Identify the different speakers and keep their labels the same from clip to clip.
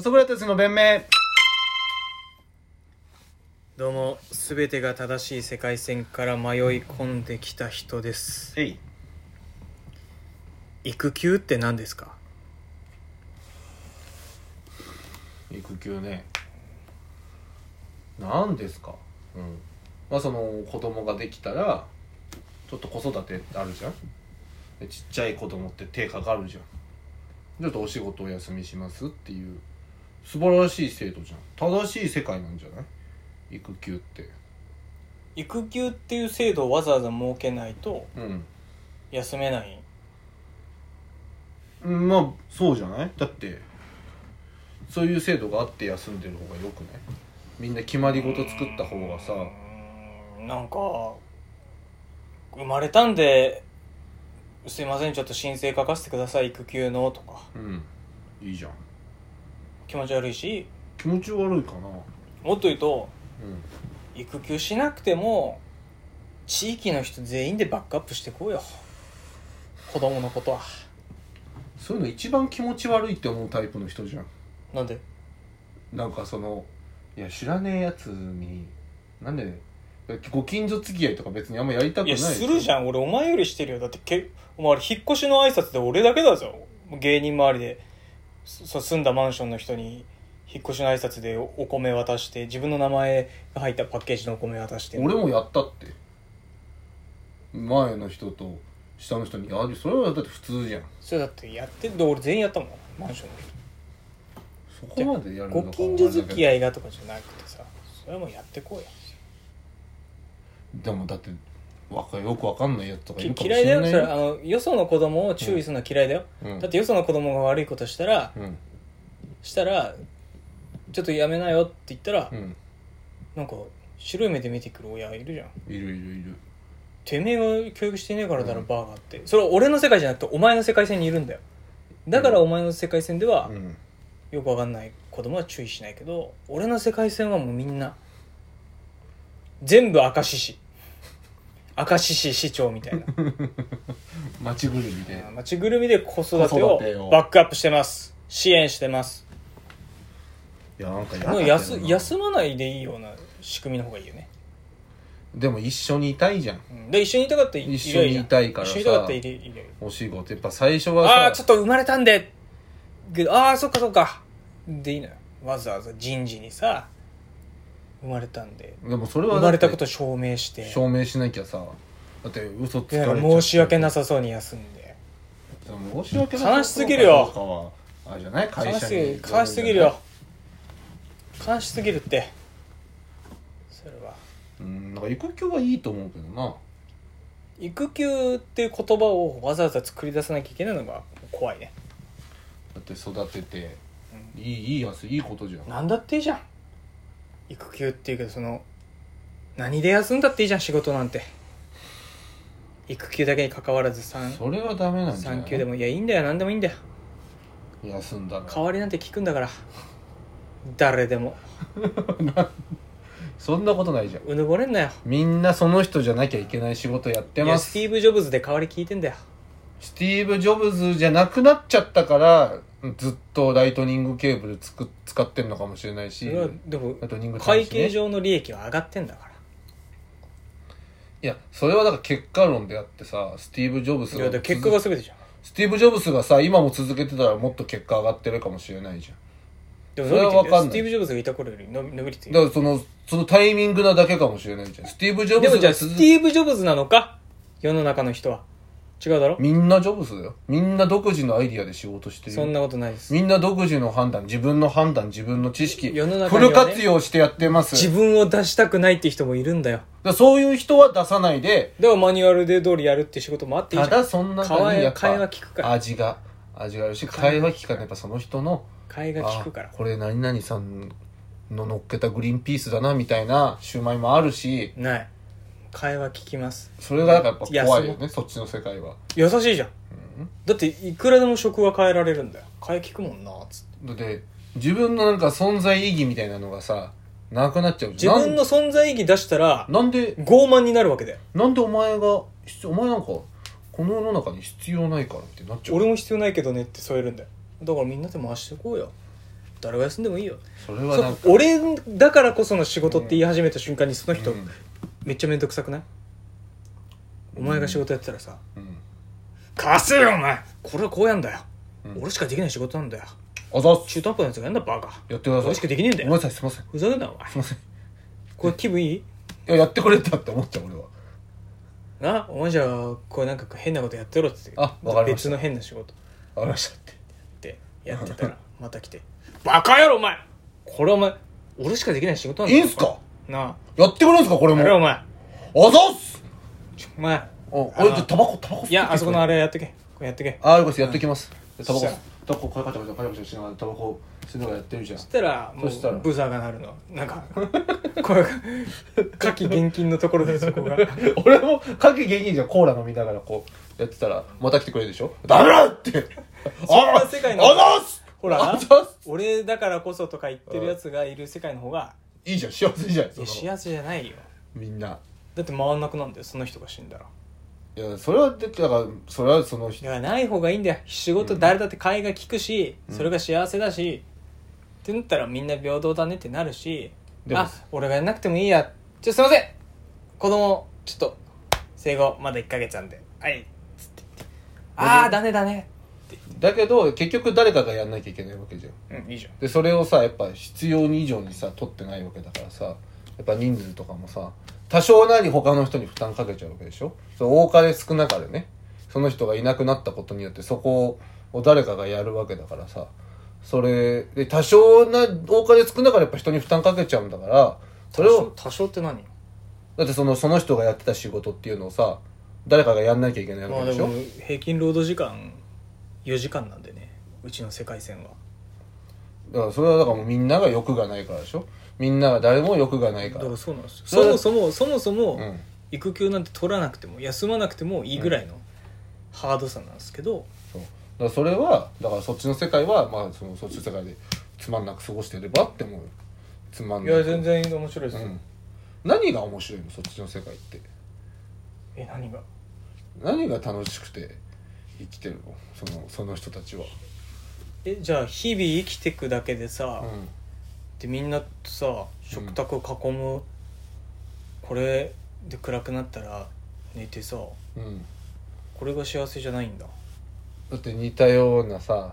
Speaker 1: ソクラテスの弁明
Speaker 2: どうも全てが正しい世界線から迷い込んできた人です
Speaker 1: えい
Speaker 2: 育休って何ですか
Speaker 3: 育休ね何ですかうんまあその子供ができたらちょっと子育てあるじゃんでちっちゃい子供って手かかるじゃんちょっとお仕事お休みしますっていう素晴らしい制度じゃん正しい世界なんじゃない育休って
Speaker 2: 育休っていう制度をわざわざ設けないと
Speaker 3: うん
Speaker 2: 休めない
Speaker 3: うんまあそうじゃないだってそういう制度があって休んでる方がよくないみんな決まり事作った方がさ
Speaker 2: なんか生まれたんですいませんちょっと申請書かせてください育休のとか
Speaker 3: うんいいじゃん
Speaker 2: 気持ち悪いし
Speaker 3: 気持ち悪いかな
Speaker 2: もっと言うと
Speaker 3: うん
Speaker 2: 育休しなくても地域の人全員でバックアップしてこうよ子供のことは
Speaker 3: そういうの一番気持ち悪いって思うタイプの人じゃん
Speaker 2: なんで
Speaker 3: なんかそのいや知らねえやつになんでご近所付き合いとか別にあんまやりたく
Speaker 2: い
Speaker 3: ない
Speaker 2: やするじ
Speaker 3: ん
Speaker 2: ゃん俺お前よりしてるよだってけお前あれ引っ越しの挨拶で俺だけだぞ芸人周りでそそ住んだマンションの人に引っ越しの挨拶でおお米渡して自分の名前が入ったパッケージのお米渡して
Speaker 3: 俺もやったって前の人と下の人に「あそれはだって普通じゃん
Speaker 2: それだってやってで俺全員やったもんマンションの
Speaker 3: そこまでやるの
Speaker 2: 人
Speaker 3: か
Speaker 2: ご近所付き
Speaker 3: い
Speaker 2: 合いがとかじゃなくてさそれもやってこうよ
Speaker 3: でもだってわかよくわかんないやつとかいるか
Speaker 2: き
Speaker 3: もし
Speaker 2: 嫌い
Speaker 3: れ
Speaker 2: だよ
Speaker 3: な
Speaker 2: そ
Speaker 3: い
Speaker 2: れあのよその子供を注意するのは嫌いだよ、
Speaker 3: うん
Speaker 2: だってよその子供が悪いことしたら
Speaker 3: うん
Speaker 2: したらちょっとやめなよって言ったら、
Speaker 3: うん
Speaker 2: なんか白い目で見てくる親いるじゃん
Speaker 3: いるいるいる
Speaker 2: てめえが教育してねえからだろ、バーガーってそれは俺の世界じゃなくてお前の世界線にいるんだよだからお前の世界線では、
Speaker 3: うん
Speaker 2: よくわかんない子供は注意しないけど俺の世界線はもうみんな全部明石市明石市市長みたいな
Speaker 3: 街ぐるみで
Speaker 2: 町ぐるみで子育て
Speaker 3: 子
Speaker 2: を
Speaker 3: 育てを
Speaker 2: バックアップしてます支援してます
Speaker 3: いやなんかや
Speaker 2: もう休休まないでいいような仕組みの方がいいよね、
Speaker 3: でも一緒にいたいじゃん
Speaker 2: うんで一緒にいたかったらい
Speaker 3: 一
Speaker 2: りゃ
Speaker 3: 緒に
Speaker 2: じゃん
Speaker 3: いたいから
Speaker 2: 一
Speaker 3: さ
Speaker 2: 緒にいたかったらいりいりゃいい
Speaker 3: お仕事やっぱ最初はさ
Speaker 2: ああーちょっと生まれたんでけどああそっかそっかでいいのよわざわざ人事にさ生まれたんで
Speaker 3: でもそれはだ
Speaker 2: 生ま
Speaker 3: って
Speaker 2: れたこと証明して
Speaker 3: 証明しなきゃさだって嘘つ
Speaker 2: い
Speaker 3: かれ
Speaker 2: や
Speaker 3: ちゃう
Speaker 2: 申し訳なさそうに休んで
Speaker 3: 申し訳なさ
Speaker 2: 悲しすぎるよ
Speaker 3: とかはあれじゃない会
Speaker 2: 悲し
Speaker 3: 社
Speaker 2: すぎ
Speaker 3: に
Speaker 2: る悲しすぎるよ悲しすぎるってそれは
Speaker 3: うんなんか育休はいいと思うけどな
Speaker 2: 育休っていう言葉をわざわざ作り出さなきゃいけないのが怖いね
Speaker 3: だって育てていいいいやついいことじゃん
Speaker 2: なんだっていいじゃん育休っていうけどその何で休んだっていいじゃん仕事なんて育休だけに関わらず産
Speaker 3: それはダメなんじゃ
Speaker 2: 産
Speaker 3: な
Speaker 2: 休で
Speaker 3: い
Speaker 2: もいやいいんだよ何でもいいんだよ
Speaker 3: 休んだら
Speaker 2: 代わりなんて聞くんだから誰でも
Speaker 3: そんなことないじゃん
Speaker 2: うぬぼれんなよ
Speaker 3: みんなその人じゃなきゃいけない仕事やって
Speaker 2: いや
Speaker 3: ま
Speaker 2: ス
Speaker 3: す
Speaker 2: ティーブ・ジョブズで代わり聞いてんだよ
Speaker 3: スティーブ・ジョブズじゃなくなっちゃったからずっとライトニングケーブルつく使ってんのかもしれない
Speaker 2: そ
Speaker 3: し
Speaker 2: れはでも
Speaker 3: ライトニング端子ね
Speaker 2: 会計上の利益は上がってんだから
Speaker 3: いや、それはだから結果論であってさ、スティーブ・ジョブズ
Speaker 2: いやだから結果が全てじゃん
Speaker 3: スティーブ・ジョブズがさ、今も続けてたらもっと結果上がってるかもしれないじゃん。
Speaker 2: でも
Speaker 3: それは
Speaker 2: 伸びてる
Speaker 3: わ
Speaker 2: よ
Speaker 3: かんない
Speaker 2: スティーブ・ジョブズがいた頃より伸び伸びてる
Speaker 3: だ
Speaker 2: よ
Speaker 3: からその、そのタイミングなだけかもしれないじゃん。スティーブ・ジョブ
Speaker 2: でも
Speaker 3: ズ
Speaker 2: じゃ
Speaker 3: が
Speaker 2: あス
Speaker 3: 続
Speaker 2: ティーブ・ジョブズなのか世の中の人は違うだろ
Speaker 3: みんなジョブズだよ。みんな独自のアイディアで仕事してる
Speaker 2: そん
Speaker 3: よ。
Speaker 2: なことないです
Speaker 3: みんな独自の判断、自分の判断、自分の知識、
Speaker 2: 世の中
Speaker 3: フ
Speaker 2: にはね
Speaker 3: ル活用してやってます。
Speaker 2: 自
Speaker 3: だか
Speaker 2: 分を出したくないって人もいるんだよ
Speaker 3: らそういう人は出さないで、
Speaker 2: だからマニュアルで通りやるって仕事もあっていい
Speaker 3: た
Speaker 2: じゃん
Speaker 3: だそんな
Speaker 2: 会話
Speaker 3: やっ
Speaker 2: 会話
Speaker 3: ぱ
Speaker 2: 聞くから
Speaker 3: 味が、味があるし、会話聞かないやっぱその人の、
Speaker 2: 替えが効くから
Speaker 3: あこれ何々さんの乗っけたグリーンピースだなみたいなシューマイもあるし
Speaker 2: ない会話聞きます
Speaker 3: それがなんかやっぱ
Speaker 2: いや
Speaker 3: 怖いよねそっちの世界は
Speaker 2: 優しいじゃんだっていくらでも職は変えられるんだよ替え聞くもんなつって
Speaker 3: だって自分のなんか存在意義みたいなのがさなくなっちゃう
Speaker 2: 自
Speaker 3: じゃん
Speaker 2: 分の存在意義出したら
Speaker 3: なんなんで
Speaker 2: 傲慢になるわけだよ
Speaker 3: なんでお前が必要お前なんかこの世の中に必要ないからってなっちゃう
Speaker 2: 俺も必要ないけどねって添えるんだよだからみんなで回していこうよ誰が休んでもいいよ
Speaker 3: それは
Speaker 2: そ
Speaker 3: な
Speaker 2: うん
Speaker 3: か
Speaker 2: 俺だからこその仕事って言い始めた瞬間にその人、
Speaker 3: うん
Speaker 2: めっちゃ面倒くさくないお前が仕事やってたらさ
Speaker 3: うん
Speaker 2: 「貸せよお前これはこうやんだよ、
Speaker 3: うん
Speaker 2: 俺しかできない仕事なんだよ
Speaker 3: あざっす
Speaker 2: 中途半端なやつがやんだバカ
Speaker 3: やってくださ
Speaker 2: 俺
Speaker 3: い
Speaker 2: しかできねえんだ
Speaker 3: ごめんな
Speaker 2: よ
Speaker 3: さいすいません
Speaker 2: ふざけんなお前
Speaker 3: すいませんい
Speaker 2: これ気分いい
Speaker 3: ややってくれたって思っちゃう俺は
Speaker 2: なお前じゃあこれなんか変なことやってろって
Speaker 3: あわかりました
Speaker 2: 別の変な仕事っ
Speaker 3: ありましたって
Speaker 2: てやって たらまた来て「バカ野郎お前これお前俺しかできない仕事なん
Speaker 3: い
Speaker 2: だ
Speaker 3: い
Speaker 2: よ
Speaker 3: んすか
Speaker 2: なあ
Speaker 3: やってくれるんすかこれも
Speaker 2: あれお前
Speaker 3: あざっす
Speaker 2: お前
Speaker 3: おあれじゃタバコタバコ吸って
Speaker 2: いやあそこのあ
Speaker 3: れ
Speaker 2: れやってけこれやってけ
Speaker 3: あありますやってきますでタバコ
Speaker 2: そ
Speaker 3: 吸
Speaker 2: したら
Speaker 3: タバコカチャカチャカチャカチャしながらタバコ吸いながらやってるじゃん
Speaker 2: そしたらも
Speaker 3: そしたら
Speaker 2: うブザーが鳴るのなんかこれ 火気厳禁のところでそこが
Speaker 3: 俺もかけ現金じゃんコーラ飲みながらこうやってたらまた来てくれるでしょダメだって
Speaker 2: んな
Speaker 3: あ
Speaker 2: 世界の
Speaker 3: あざっす
Speaker 2: ほら
Speaker 3: あざっす
Speaker 2: 俺だからこそとか言ってるやつがいる世界の方が
Speaker 3: いいじゃん幸せじゃん
Speaker 2: い
Speaker 3: その
Speaker 2: や幸せじゃないよ
Speaker 3: みんな
Speaker 2: だって回んなくなんだよその人が死んだら
Speaker 3: いやそれはだってだからそれはその
Speaker 2: だからない方がいいんだよ仕事誰だって替えが利くし、
Speaker 3: うん
Speaker 2: それが幸せだしってなったらみんな平等だねってなるし
Speaker 3: でも
Speaker 2: あ俺がやんなくてもいいやじゃすいません子供ちょっと生後まだ1ヶ月なんではいつって言ってああだねだね
Speaker 3: だけど結局誰かがやんなきゃいけないわけじゃん
Speaker 2: うんいいじゃん
Speaker 3: でそれをさやっぱ必要に以上にさ取ってないわけだからさやっぱ人数とかもさ多少なり他の人に負担かけちゃうわけでしょその多かれ少なかれねその人がいなくなったことによってそこを誰かがやるわけだからさそれで多少な多かれ少なかれやっぱ人に負担かけちゃうんだからそれを
Speaker 2: 多少って何
Speaker 3: だってそのその人がやってた仕事っていうのをさ誰かがやんなきゃいけない
Speaker 2: ま
Speaker 3: わ
Speaker 2: あ
Speaker 3: け
Speaker 2: で
Speaker 3: でしょ、
Speaker 2: も平均労働時間4時間なんでねうちの世界線は
Speaker 3: だからそれはだからもうみんなが欲がないからでしょみんなが誰も欲がないか
Speaker 2: だ
Speaker 3: ら
Speaker 2: からそうなんですよ
Speaker 3: そ
Speaker 2: そ
Speaker 3: れ
Speaker 2: もそもそもそも、
Speaker 3: うん
Speaker 2: 育休なんて取らなくても休まなくてもいいぐらいのハードさなんですけど、
Speaker 3: そうだからそれはだからそっちの世界はまあそのそっちの世界でつまんなく過ごしてればって思うつまん
Speaker 2: い
Speaker 3: なく
Speaker 2: や全然面白いです
Speaker 3: う
Speaker 2: よ、
Speaker 3: ん、何が面白いのそっちの世界って
Speaker 2: え何が
Speaker 3: 何が楽しくて生きてるのそのその人たちは
Speaker 2: えじゃあ日々生きてくだけでさ、
Speaker 3: うん
Speaker 2: でみんなとさ食卓を囲む、これで暗くなったら寝てさこ
Speaker 3: うん
Speaker 2: れが幸せじゃないんだ
Speaker 3: だって似たようなさ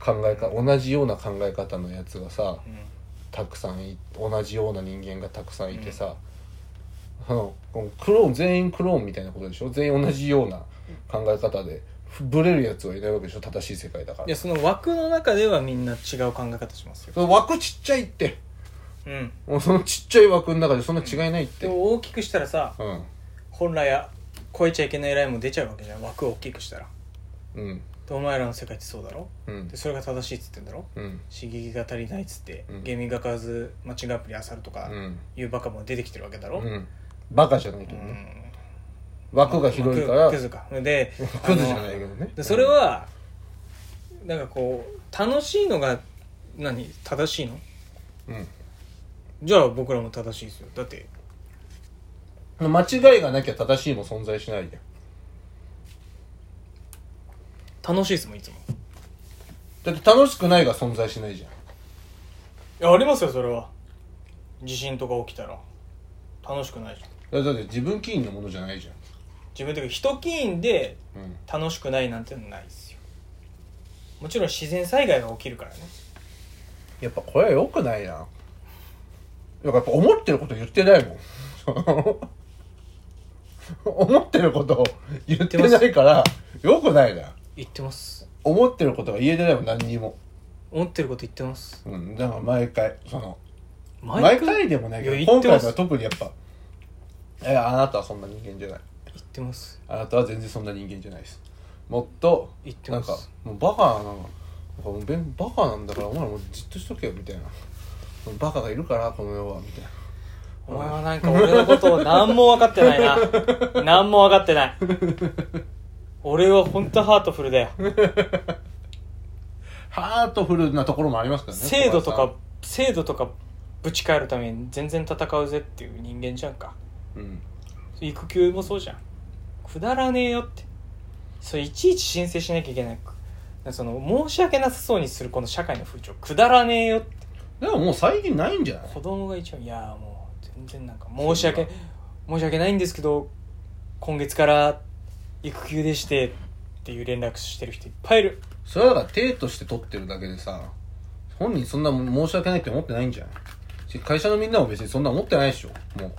Speaker 3: 考え方同じような考え方のやつがさ
Speaker 2: うん
Speaker 3: たくさんい同じような人間がたくさんいてさ、あのこのクローン全員クローンみたいなことでしょ全員同じような考え方でふブレるやつはいないわけでしょ正しい世界だか
Speaker 2: い
Speaker 3: ら
Speaker 2: やその枠の中ではみんな違う考え方しますよ
Speaker 3: その枠ちっちゃいって
Speaker 2: うん
Speaker 3: もうそのちっちゃい枠の中でそんな違いないって
Speaker 2: で
Speaker 3: うん
Speaker 2: も大きくしたらさ
Speaker 3: うん、
Speaker 2: 本来は超えちゃいけないラインも出ちゃうわけじゃん枠を大きくしたら
Speaker 3: うん
Speaker 2: でお前らの世界ってそうだろ
Speaker 3: うん
Speaker 2: でそれが正しいっつってんだろ
Speaker 3: うん
Speaker 2: 刺激が足りないっつって、
Speaker 3: うん
Speaker 2: ゲーミングが買わずマッチングアプリ漁るとかいうバカも出てきてるわけだろ、
Speaker 3: うんバカじゃないけ
Speaker 2: う
Speaker 3: どね、
Speaker 2: ん
Speaker 3: 枠が広いから
Speaker 2: クズかで
Speaker 3: クズじゃないけどね
Speaker 2: あのでそれはなんかこう楽しいのが何正しいの
Speaker 3: うん
Speaker 2: じゃあ僕らも正しいですよだって
Speaker 3: 間違いがなきゃ正しいも存在しないじゃん
Speaker 2: 楽しいですもんいつも
Speaker 3: だって楽しくないが存在しないじゃん
Speaker 2: いやありますよそれは地震とか起きたら楽しくないじゃん
Speaker 3: だだって自分起因のものじゃないじ
Speaker 2: 自分的に人起因で
Speaker 3: ゃん、うん、
Speaker 2: 楽しくないなんてのないですよもちろん自然災害が起きるからね
Speaker 3: やっぱこれは良くないな。なんかやっぱ思ってること言ってないもん。 思ってること言ってないから、良くないな。
Speaker 2: 言ってます
Speaker 3: 思ってることが言えてないもん、何にも。
Speaker 2: 思ってること言ってます
Speaker 3: うん、だから毎回、その、
Speaker 2: 毎
Speaker 3: 毎回でもないけど、
Speaker 2: いや言
Speaker 3: 今
Speaker 2: って
Speaker 3: 回
Speaker 2: ま
Speaker 3: の
Speaker 2: す
Speaker 3: は特にやっぱ、え、あなたはそんな人間じゃない。
Speaker 2: 言ってます
Speaker 3: あなたは全然そんな人間じゃないです。もっと、
Speaker 2: 言って
Speaker 3: な
Speaker 2: ま
Speaker 3: ん
Speaker 2: す
Speaker 3: か、もうバカな、なんかもうべんバカなんだから、お前らもうじっとしとけよ、みたいな。バカがいるから、この世は、みたいな。
Speaker 2: お前はなんか俺のことを何も分かって ないな何も分かってない俺は本当ハートフルだよ
Speaker 3: ハートフルなところもありますからね。
Speaker 2: 制度と
Speaker 3: 小林
Speaker 2: か制度とかぶち変えるために全然戦うぜっていう人間じゃんか
Speaker 3: さん。うん。
Speaker 2: 育休もそうじゃんくだらねえよってそれいちいち申請しなきゃいけないその申し訳なさそうにするこの社会の風潮くだらねえよって
Speaker 3: でももう最近ないんじゃない
Speaker 2: 子供が一番いやもう全然なんか申し訳申し訳ないんですけど今月から育休でしてっていう連絡してる人いっぱいいる
Speaker 3: それはだから手として取ってるだけでさ本人そんな申し訳ないって思ってないんじゃないし会社のみんなも別にそんな思ってないでしょもう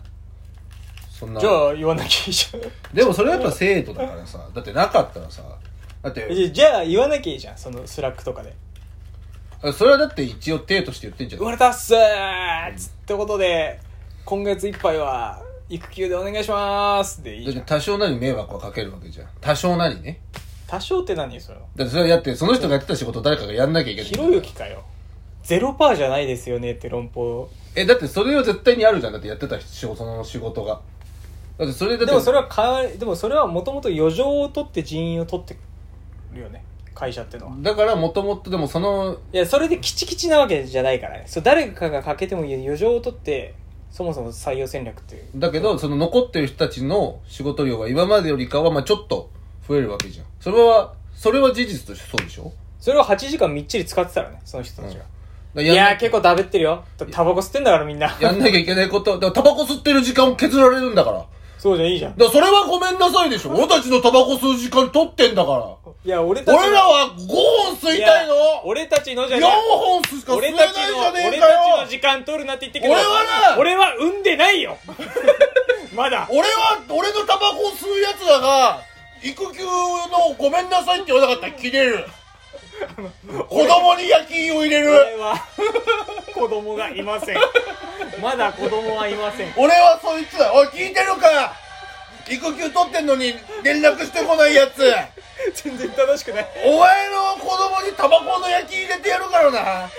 Speaker 3: そんな
Speaker 2: じゃあ言わなきゃいいじゃん
Speaker 3: でもそれはやっぱ生徒だからさだってなかったらさだっ
Speaker 2: じ
Speaker 3: て
Speaker 2: ゃじゃあ言わなきゃいいじゃんそのスラックとかで
Speaker 3: それはだって一応手として言ってん
Speaker 2: 「
Speaker 3: じゃ
Speaker 2: 生
Speaker 3: ん
Speaker 2: まれたっすー!」つってことで今月いっぱいは育休でお願いしますでいい
Speaker 3: だって
Speaker 2: じゃん
Speaker 3: 多少なり迷惑はかけるわけじゃん多少なりね
Speaker 2: 多少って何それは
Speaker 3: だってそれはやってその人がやってた仕事を誰かがやんなきゃいけない
Speaker 2: ひろゆきかよゼロパーじゃないですよねって論法
Speaker 3: えだってそれは絶対にあるじゃんだってやってた仕事の仕事がだってそれだって
Speaker 2: でもそれはかでもそれはもともと余剰を取って人員を取ってるよね会社ってのは
Speaker 3: だからもともとでもその
Speaker 2: いやそれでキチキチなわけじゃないからねそう誰かが欠けてもいい余剰を取ってそもそも採用戦略っていう
Speaker 3: だけどその残ってる人たちの仕事量は今までよりかはまあちょっと増えるわけじゃんそれはそれは事実としてそうでしょ
Speaker 2: それを8時間みっちり使ってたらねその人たちが、
Speaker 3: だから
Speaker 2: いや
Speaker 3: ん
Speaker 2: ー結構だべってるよだタバコ吸ってんだからみんな
Speaker 3: やんなきゃいけないことだからタバコ吸ってる時間を削られるんだからだか
Speaker 2: そうじゃんいいじゃん
Speaker 3: らそれはごめんなさいでしょ俺たちのタバコ吸う時間取ってんだから
Speaker 2: いや俺たちの
Speaker 3: 俺らは5本吸いたいの
Speaker 2: や俺たちのじゃ
Speaker 3: 4
Speaker 2: ねえ
Speaker 3: 本吸うしか吸え
Speaker 2: 俺
Speaker 3: な
Speaker 2: た
Speaker 3: い
Speaker 2: ち
Speaker 3: じ
Speaker 2: の
Speaker 3: ゃねえ
Speaker 2: 俺
Speaker 3: かよ
Speaker 2: たちの時間取るなって言ってくる
Speaker 3: 俺はな
Speaker 2: 俺は産んでないよ まだ
Speaker 3: 俺は俺のタバコを吸うやつらが育休のごめんなさいって言わなかったら切れる子供に焼き印を入れる
Speaker 2: 俺は 子供がいませんまだ子供はいま せん
Speaker 3: 俺はそいつだおい聞いてるか育休取ってんのに連絡してこないやつ
Speaker 2: 全然楽しくない
Speaker 3: お前の子供にタバコの焼き入れてやるからな